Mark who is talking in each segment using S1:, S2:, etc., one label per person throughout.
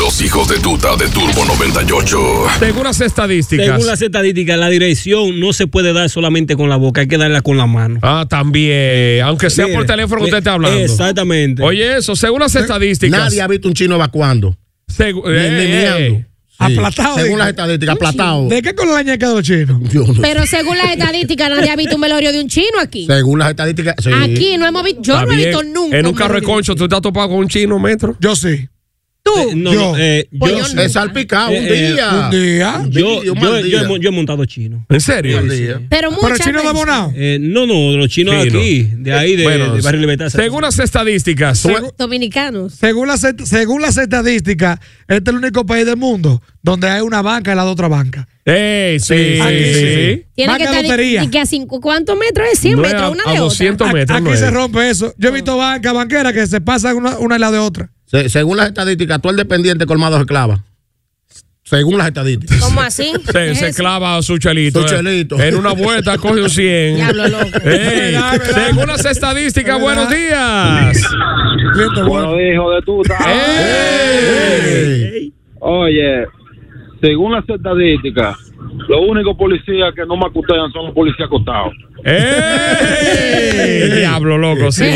S1: Los hijos de tuta de Turbo 98.
S2: Según las estadísticas.
S3: Según las estadísticas, la dirección no se puede dar solamente con la boca, hay que darla con la mano.
S2: Ah, también. Aunque sea
S3: Mire,
S2: por teléfono que
S3: eh,
S2: usted está hablando.
S3: Exactamente.
S2: Oye, eso, según las estadísticas.
S4: Nadie ha visto un chino evacuando.
S2: Segu-
S4: Ni-
S2: eh,
S4: ni
S2: eh,
S4: meando.
S2: eh.
S4: Sí,
S5: Aplatado,
S4: Según
S5: digo.
S4: las estadísticas, aplatado.
S5: ¿De qué color la ñeca de los chinos?
S4: Yo no-
S6: Pero según las estadísticas, nadie ha visto un velorio de un chino aquí.
S4: según las estadísticas. sí.
S6: Aquí no hemos visto, yo
S2: Está
S6: no he
S2: bien.
S6: visto nunca.
S2: En un
S6: velorio
S2: carro de
S6: de un
S2: concho,
S6: chino.
S2: tú estás topado con un chino, metro.
S5: Yo sí.
S3: Eh, no,
S5: Yo.
S3: no, eh, yo,
S6: Pues yo no.
S4: Es salpicado un
S3: Eh, eh,
S4: día.
S5: un día.
S4: Un
S3: yo,
S4: día, un
S3: yo-
S4: mal
S3: yo he
S4: día.
S3: mo- yo he montado chino.
S2: ¿En serio?
S4: Un día.
S5: Pero
S6: Pero
S5: el
S6: muchas
S5: chino de
S6: veces-
S5: abonado.
S3: Eh, no, no, los chinos
S2: Sí, no.
S3: aquí, de ahí, de,
S2: Bueno,
S3: de Barrio Libertad.
S2: Según las estadísticas.
S4: Tú-
S6: Dominicanos.
S5: Según las, est- según las estadísticas, este es el único país del mundo donde hay una banca y la de otra banca.
S2: Ey, Eh, sí,
S5: Aquí
S2: sí, sí.
S6: Tiene que
S5: Banca
S6: estar y-
S5: lotería.
S6: y que a cinco, ¿cuántos metros es? 100
S2: No es
S6: metros,
S2: a-
S6: una
S2: a
S6: de
S2: 200
S6: otra.
S2: metros.
S5: Aquí
S2: no es.
S5: se rompe eso. Yo he visto banca, banquera que se pasan una, una y la de otra.
S4: Se- según las estadísticas, tú al dependiente colmado se clava. Según las estadísticas.
S6: ¿Cómo así?
S2: Se,
S6: Es
S2: se
S6: eso.
S2: clava su chelito.
S4: Su
S2: eh.
S4: chelito.
S2: En una vuelta coge un 100.
S6: Diablo, loco.
S2: Ey, según las estadísticas, buenos días.
S5: Cliente, bueno.
S7: Bueno, hijo de tuta.
S2: Ey.
S7: Oye, según las estadísticas, los únicos policías que no macutean son los policías acostados.
S2: ¡Ey! Diablo, loco, sí.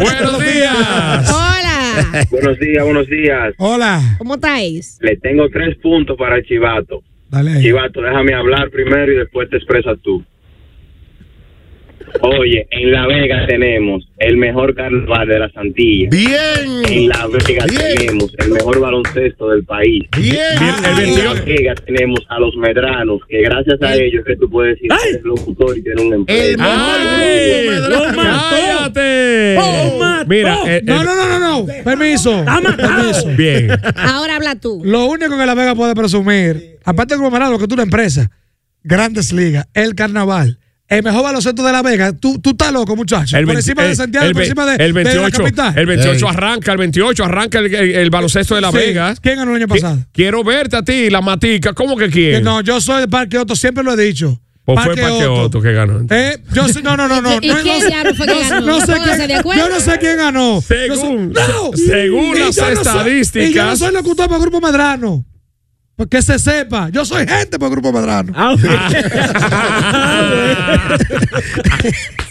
S2: Buenos días.
S6: Hola.
S7: Buenos días, buenos días.
S5: Hola.
S6: ¿Cómo estáis?
S7: Le tengo tres puntos para Chivato.
S5: Dale. ahí.
S7: Chivato, déjame hablar primero y después te expresas tú. Oye, en La Vega tenemos el mejor carnaval de la Santilla. En
S4: Bien.
S7: La Vega
S4: Bien.
S7: tenemos el mejor baloncesto del país.
S4: Bien.
S2: El
S7: En La
S2: 28.
S7: Vega tenemos a los medranos, que gracias a ellos que tú puedes ir a ser locutor y tener un empleo.
S4: El mejor
S2: ¡Ay!
S4: grupo de
S3: Lo mató.
S2: ¡Cállate!
S3: Lo mató.
S2: Mira, eh,
S5: No,
S2: eh,
S5: no, no, no, no. Permiso. Permiso.
S2: bien.
S6: Ahora habla tú.
S5: Lo único que La Vega puede presumir, aparte de lo que tú la empresa, Grandes Ligas, el carnaval, el mejor baloncesto de La Vega, tú, tú estás loco, muchacho.
S2: El
S5: por
S2: 20,
S5: encima
S2: eh,
S5: de Santiago,
S2: el
S5: por
S2: ve-
S5: encima de,
S2: el
S5: de
S2: 28,
S5: la capital.
S2: el 28
S4: Ey.
S2: arranca, el 28 arranca el, el- el baloncesto de Las
S5: Sí.
S2: Vegas.
S5: ¿Quién ganó el año pasado?
S2: Quiero verte a ti, la matica. ¿Cómo que quién?
S5: No, yo soy de Parque Otto, siempre lo he dicho.
S2: Pues fue Parque Otto que ganó.
S5: Eh, yo sé, no, no, no, no.
S6: ¿Y
S5: no,
S6: quién
S5: no sé-
S6: diablo fue que
S5: no sé-
S6: ganó?
S5: no sé
S6: Pónganse
S5: quién-
S6: de acuerdo.
S5: Yo no sé quién ganó. Yo sé-
S2: Según-
S5: no.
S2: según
S5: Y
S2: las
S5: yo no soy-
S2: estadísticas-
S5: y yo no soy locutor para Grupo Medrano. Porque se sepa, yo soy gente para Grupo Medrano.
S3: Ah,
S2: Ah.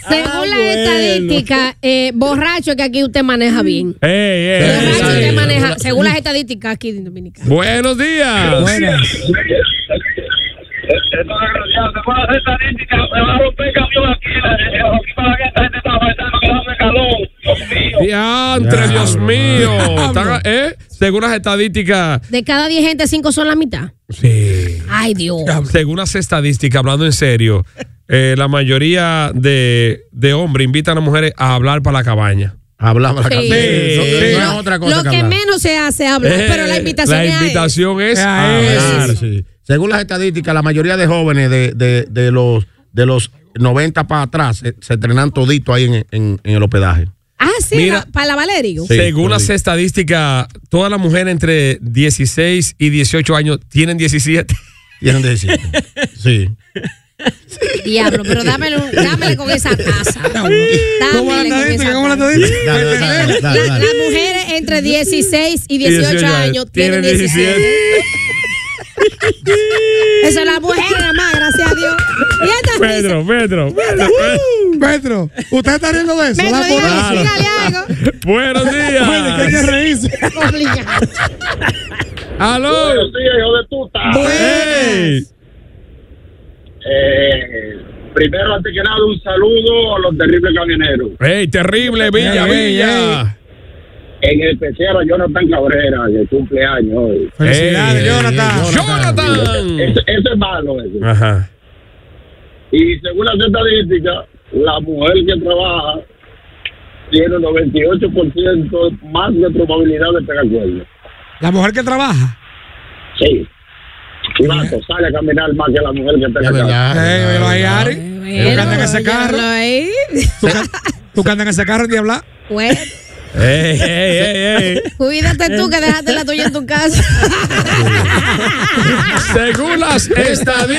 S6: Según las estadísticas, eh, borracho que aquí usted maneja bien.
S2: Ey, ey, Mm. ey.
S6: Borracho
S4: sí.
S6: usted maneja, según las estadísticas aquí en Dominicana.
S2: Buenos días. Diantre, Dios mío. Están, eh, Según las estadísticas.
S6: De cada 10 gente, 5 son la mitad.
S2: Sí.
S6: Ay, Dios.
S2: Según las estadísticas, hablando en serio, eh, la mayoría de, de hombres invitan a las mujeres a hablar para la cabaña.
S4: Hablaba la
S6: Sí.
S4: cabeza. Eso-
S2: Sí.
S4: eso es
S6: Lo-
S4: otra cosa
S6: lo que,
S4: hablar.
S6: menos se hace hablar,
S2: Eh,
S6: pero la invitación
S2: la
S6: es a él.
S2: invitación es,
S5: Es
S2: a
S5: a él.
S2: hablar.
S4: Sí, sí. Según las estadísticas, la mayoría de jóvenes de, de- de los de los 90 para atrás se, se entrenan todito ahí en, en- en el hospedaje.
S6: Ah, sí,
S2: Mira.
S6: la- para la Valerio.
S4: Sí,
S2: Según
S4: lo
S2: las
S4: digo.
S2: estadísticas, todas las mujeres entre 16 y 18 años tienen 17.
S4: Tienen de decir. Sí.
S6: Diablo, pero dámelo, dámele con esa taza.
S5: ¿Cómo la
S6: Dámele con
S5: estadística?
S6: esa
S5: ¿Cómo la
S6: taza.
S5: estadística?
S4: Dale, dale, dale, dale,
S6: La-
S4: dale.
S6: Las mujeres entre 16 y 18,
S2: 18
S6: años tienen 17. Eso es la mujer nada más, gracias a Dios. Y esta
S2: Pedro, Pedro, Pedro.
S5: Pedro, ¿usted está riendo de eso?
S6: Me
S5: La
S6: lo diga,
S5: moral.
S6: dígale algo.
S2: Buenos
S5: Bueno, que hay que
S2: días.
S5: reírse.
S6: Obligado.
S2: Aló.
S7: Buenos días, hijo de tuta.
S2: Ey.
S7: Eh, primero, antes que nada, un saludo a los terribles camioneros.
S2: Ey, terrible, Villa,
S5: Ey, ey,
S2: Villa.
S7: En especial a Jonathan Cabrera, que cumpleaños hoy.
S5: Felicidades,
S2: Ey,
S5: Jonathan.
S4: Mm.
S2: ¡Jonathan!
S7: Eso, eso es malo. Eso.
S2: Ajá.
S7: Y según las estadísticas, la mujer que trabaja tiene 98% más de probabilidad de pegar cuerno.
S5: La mujer que trabaja.
S7: Sí. Flaco, sale a caminar más que la mujer que pega
S4: Es
S7: cuerno.
S4: verdad.
S5: Ey,
S4: es
S5: velo ahí,
S4: verdad.
S5: Ari. Tú que andas en ese carro.
S6: Llévalo ahí.
S5: Tú que andas en ese carro y hablar.
S6: Bueno,
S2: Ey, ey, ey, ey.
S6: Pues, cuídate tú que dejaste la tuya en tu casa.
S2: Según las
S4: Estadística, la,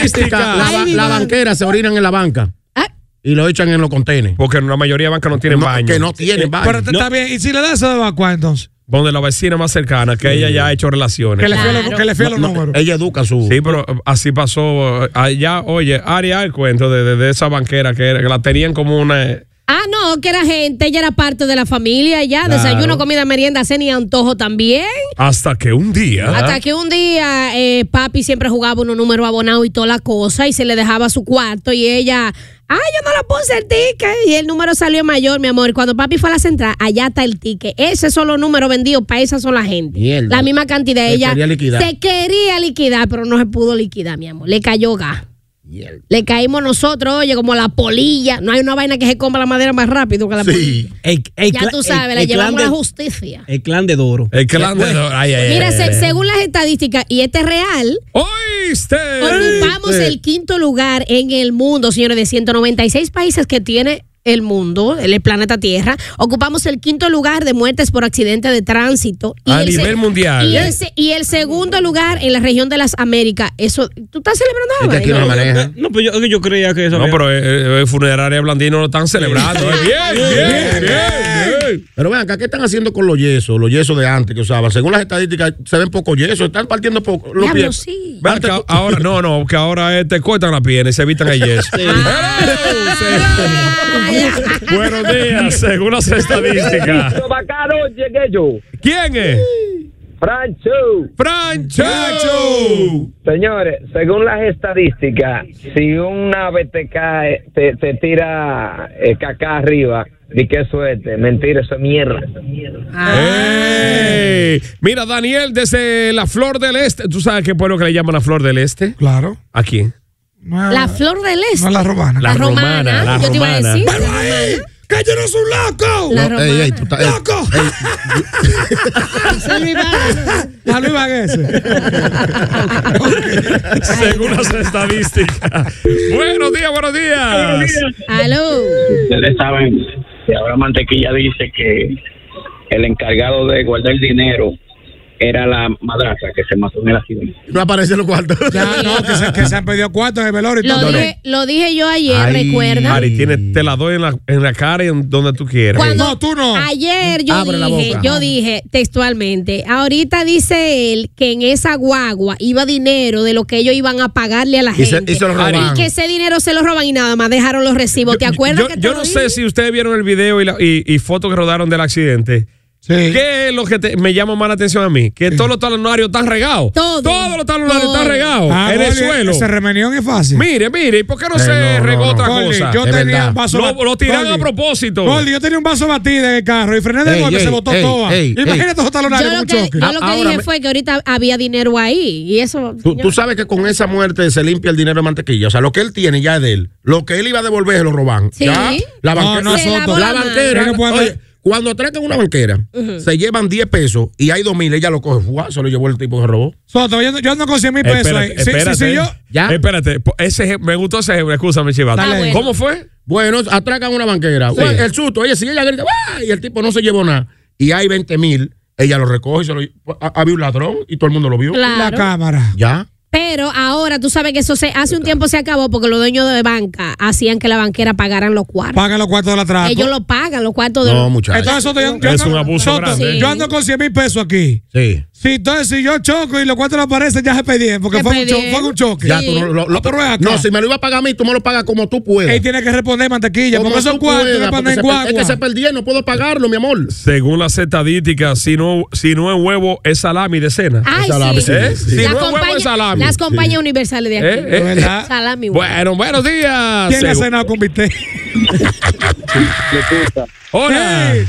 S2: estadísticas.
S4: ba-
S6: Ay, mi
S4: la
S6: madre.
S4: banquera se orinan en la banca
S6: Ah,
S4: y lo echan en los contenedores.
S2: Porque la mayoría de bancas no tienen
S4: No,
S2: baño.
S4: Que no tienen baño.
S5: Pero está bien. ¿Y si le das eso de vacua entonces?
S2: Donde la vecina más cercana, que ella ya ha hecho relaciones.
S5: Que le fíe
S6: Claro.
S5: los- que le fíe los
S4: No,
S5: números.
S4: ella educa su.
S2: Sí, pero eh, así pasó eh, allá. Oye, Aria, el cuento de, de- de esa banquera que, era- que la tenían como una. eh,
S6: Ah, no, que era gente, ella era parte de la familia, ya, desayuno, comida, merienda, cena y antojo también.
S2: Hasta que un día.
S6: Hasta que un día eh, papi siempre jugaba unos números abonados y toda la cosa y se le dejaba su cuarto y ella, ay, yo no le puse el ticket y el número salió mayor, mi amor. Cuando papi fue a la central, allá está el ticket. Esos son los números vendidos para esas son la gente.
S4: Mierda.
S6: La misma cantidad.
S4: Se
S6: ella
S4: quería liquidar.
S6: se quería liquidar, pero no se pudo liquidar, mi amor. Le cayó gas.
S4: Mierda.
S6: Le caímos nosotros, oye, como la polilla. No hay una vaina que se compra la madera más rápido que la
S4: Sí.
S6: polilla.
S3: El, el
S6: Ya
S3: cla-
S6: tú
S3: el-
S6: sabes, la
S3: el clan
S6: llevamos a
S3: de-
S6: la justicia.
S3: El clan de Doro. Eh,
S2: El clan de. Ay, ay,
S6: Mira,
S2: ay,
S6: se-
S2: ay.
S6: según las estadísticas, y este es real,
S2: ¡Oíste!
S6: ocupamos el quinto lugar en el mundo, señores, de 196 países que tiene el mundo, el planeta Tierra. Ocupamos el quinto lugar de muertes por accidente de tránsito.
S2: A
S6: el se-
S2: nivel mundial.
S6: Y el, se- y el segundo lugar en la región de las Américas. Eso, ¿tú estás celebrando
S2: Este
S6: eh?
S4: Es que aquí no
S6: algo?
S4: se maneja.
S3: No, pues yo, yo creía que eso.
S2: eh. No,
S3: había-
S2: pero eh, eh, funeraria Blandino lo están celebrando. eh. Bien, bien, bien, bien.
S4: Pero vean, acá, ¿qué están haciendo con los yesos? Los yesos de antes que usaba. Según las estadísticas, se ven pocos yesos. Están partiendo poco. Los
S6: Diablo,
S4: pies.
S6: sí.
S2: Ven acá, ahora, no, no, que ahora eh, te cortan la pierna y se evitan el yeso.
S6: ah,
S2: Buenos días, según las estadísticas.
S7: bacano llegué yo.
S2: ¿Quién es?
S7: Francho.
S2: ¡Franchacho!
S7: Señores, según las estadísticas, si un ave te cae, te, te tira eh, caca arriba, y qué suerte, mentira, eso es mierda.
S6: ah.
S2: Eh. ¡Ey! Mira, Daniel, desde la Flor del Este. ¿Tú sabes qué pueblo que le llaman la Flor del Este?
S5: Claro.
S2: ¿A quién?
S5: No es-
S6: La flor del
S5: No
S6: este.
S5: es la romana.
S2: La romana, la
S6: yo te iba a
S2: romana. eh.
S6: decir.
S5: ¡Pero ahí! ¡Que yo no soy un loco!
S6: La
S4: No, ey, ey,
S6: romana.
S4: tú estás- ey,
S5: ¡Loco!
S6: Sí, mi madre.
S5: A Luis Van ese.
S2: Según las estadísticas. buenos días, buenos días.
S6: Aló.
S7: Ustedes saben que ahora Mantequilla dice que el encargado de guardar el dinero era la madraza que se mató en el accidente.
S4: No aparecen los cuartos.
S5: Ya, no, que se, que se han pedido cuartos en el velorio y
S6: Lo
S5: todo.
S6: dije, lo dije yo ayer,
S4: Ay,
S6: recuerda.
S2: Ari, tiene, te la doy en la, en la cara y en donde tú quieras.
S6: Cuando-
S5: No, tú no.
S6: Ayer yo
S4: Abre la
S6: dije,
S4: boca.
S6: yo dije textualmente, ahorita dice él que en esa guagua iba dinero de lo que ellos iban a pagarle a la
S4: Y se,
S6: gente.
S4: y se los
S2: Ari.
S4: roban.
S6: que ese dinero se lo roban y nada más dejaron los recibos. ¿Te acuerdas
S2: Yo,
S6: que te
S2: yo
S6: lo
S2: no
S6: dije?
S2: sé si ustedes vieron el video y, la- y- y fotos que rodaron del accidente.
S5: Sí.
S2: ¿Qué es lo que te- me llama más la atención a mí? Que todos los talonarios están regados.
S6: Todo.
S2: Todos los talonarios
S6: Todo.
S2: están regados
S5: Ah,
S2: en el
S5: Goldie,
S2: suelo.
S5: Ese remenión es fácil.
S2: Mire, mire, ¿y por qué no
S4: Eh,
S2: se
S4: no, no,
S2: regó
S4: no.
S2: otra
S5: Goldie,
S2: cosa?
S4: Es
S5: Yo tenía
S4: verdad.
S5: un vaso
S2: Lo-
S5: bat-
S2: lo tiraron
S5: Goldie.
S2: a propósito.
S5: Goldie, yo tenía un vaso batido en el carro y frené de
S4: Ey,
S5: golpe,
S4: ey,
S5: se botó
S4: ey,
S5: toda.
S4: ey, ey.
S5: Imagínate todos talonario
S6: Yo
S5: con
S6: lo
S5: un
S6: que,
S5: choque.
S6: yo lo que
S4: Ah, Ahora
S6: dije
S4: me-
S6: fue que ahorita había dinero ahí y eso.
S4: Tú, tú sabes que con esa muerte se limpia el dinero de mantequilla. O sea, lo que él tiene ya es de él. Lo que él iba a devolver se lo roban.
S6: Sí.
S4: Ya, La
S5: No,
S4: banquera.
S5: no es Se
S6: otro.
S4: la
S6: lavó la
S4: banquera.
S5: mano. Tiene que
S4: oye,
S5: poner-
S4: cuando atracan una banquera, se llevan 10 pesos y hay 2 mil. Ella lo coge. ¡fua! Se lo llevó el tipo que robó.
S5: Soto, yo, yo ando con 100 mil pesos ahí. Pues, Sí, sí, sí, yo.
S4: ¿Ya?
S2: Espérate, po- ese ej- me gustó ese ejemplo, escúchame, Chivato.
S6: Está Ah, bueno.
S2: ¿Cómo fue?
S4: Bueno, atracan una banquera. Bueno, El susto. Oye, si ella grita, ¡ah! y el tipo no se llevó nada. Y hay 20 mil. Ella lo recoge y se lo. pues, ha- Había un ladrón y todo el mundo lo vio.
S5: La
S6: Claro.
S5: cámara.
S4: Ya.
S6: Pero ahora tú sabes que eso se hace un tiempo se acabó porque los dueños de banca hacían que la banquera pagaran los cuartos.
S5: Pagan los cuartos de la trata.
S6: Ellos lo pagan, los cuartos de
S4: No,
S6: los-
S4: muchachos.
S5: Entonces, Soto, yo, yo
S2: Es
S5: ando-
S2: un abuso
S5: Soto,
S2: grande.
S5: Yo ando con 100 mil pesos aquí.
S4: Sí.
S5: Sí, entonces si yo choco y los cuartos no aparecen, ya se pedían, porque
S6: Se
S5: fue un, cho-
S6: pedían.
S5: fue un choque.
S4: Ya, tú no lo, lo-
S5: Ah, pero ven acá.
S4: No, si me lo iba a pagar a mí, tú me lo pagas como tú puedas.
S5: Él tiene que responder mantequilla,
S4: Como
S5: porque esos
S4: tú
S5: cuartos
S4: puedas,
S5: no
S4: porque
S5: ponen
S4: se
S5: en
S4: per-
S5: guagua.
S4: Es que se perdí, no puedo pagarlo, mi amor.
S2: Según las estadísticas, si no, si no es huevo, es salami de cena.
S6: Ay,
S4: Salami,
S6: sí.
S2: ¿eh? Si
S6: Las
S2: no es huevo,
S6: compañías-
S2: es salami.
S6: Las compañías universales de aquí.
S2: ¿Eh? ¿Eh?
S5: ¿Verdad?
S6: Salami. güey.
S2: Bueno, buenos días.
S5: ¿Quién ha
S2: Según-
S5: cenado con bistec?
S2: Hola.
S5: Hey.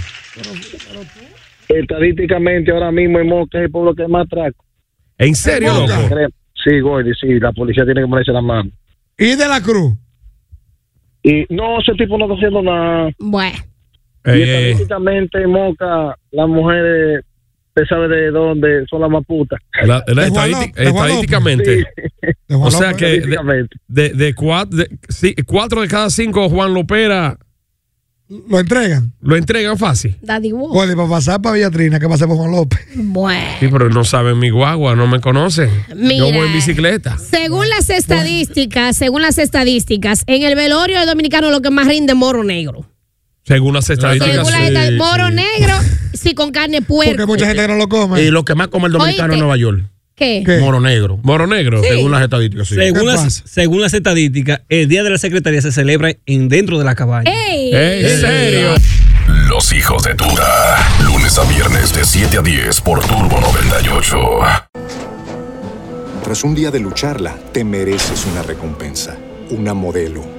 S7: Estadísticamente, ahora mismo en Moca es el pueblo que más atraco.
S2: ¿En serio, loco?
S7: Creo- Sí, Gordy, sí, la policía tiene que ponerse la mano.
S5: Y de la cruz.
S7: Y no, ese tipo no está haciendo nada.
S6: Bueno.
S7: Y
S2: Ey, ey, ey.
S7: estadísticamente en Moca, las mujeres, usted sabe de dónde, son las más putas.
S2: La- la
S5: De Juan
S2: estadísti-
S5: López, de Juan López.
S2: estadísticamente.
S5: De Juan
S2: O sea
S5: López.
S2: que Eh, de,
S7: Estadísticamente.
S2: de- de cua- de- sí, cuatro de cada cinco Juan Lopera
S5: Lo entregan.
S2: lo entregan fácil.
S6: Daddy Wo-
S5: Gordy, para pasar para Villatrina, que pase por Juan López.
S6: Bueno.
S2: Sí, pero no saben mi guagua, no me conocen.
S6: Mira.
S2: Yo voy en bicicleta.
S6: Según las estadísticas, según las estadísticas, en el velorio de dominicano lo que más rinde es moro negro.
S2: Según las estadísticas.
S6: Según las
S2: sí.
S6: estadísticas, moro negro, sí con carne
S5: Porque hay
S6: puerco.
S5: mucha gente que no lo come.
S4: Y lo que más come el dominicano
S6: Oíste.
S4: en Nueva York,
S6: ¿Qué?
S5: ¿Qué?
S4: moro negro.
S2: Moro negro.
S4: Según las estadísticas, sí.
S3: Según
S5: ¿Qué
S3: las,
S5: pasa?
S3: según las estadísticas, el Día de la Secretaría se celebra en dentro de la cabaña.
S6: ¡Ey!
S5: Eh,
S2: ¿En serio?
S1: Los hijos de Tuta. Lunes a viernes de 7 a 10 por Turbo 98.
S8: Tras un día de lucharla, te mereces una recompensa, una modelo,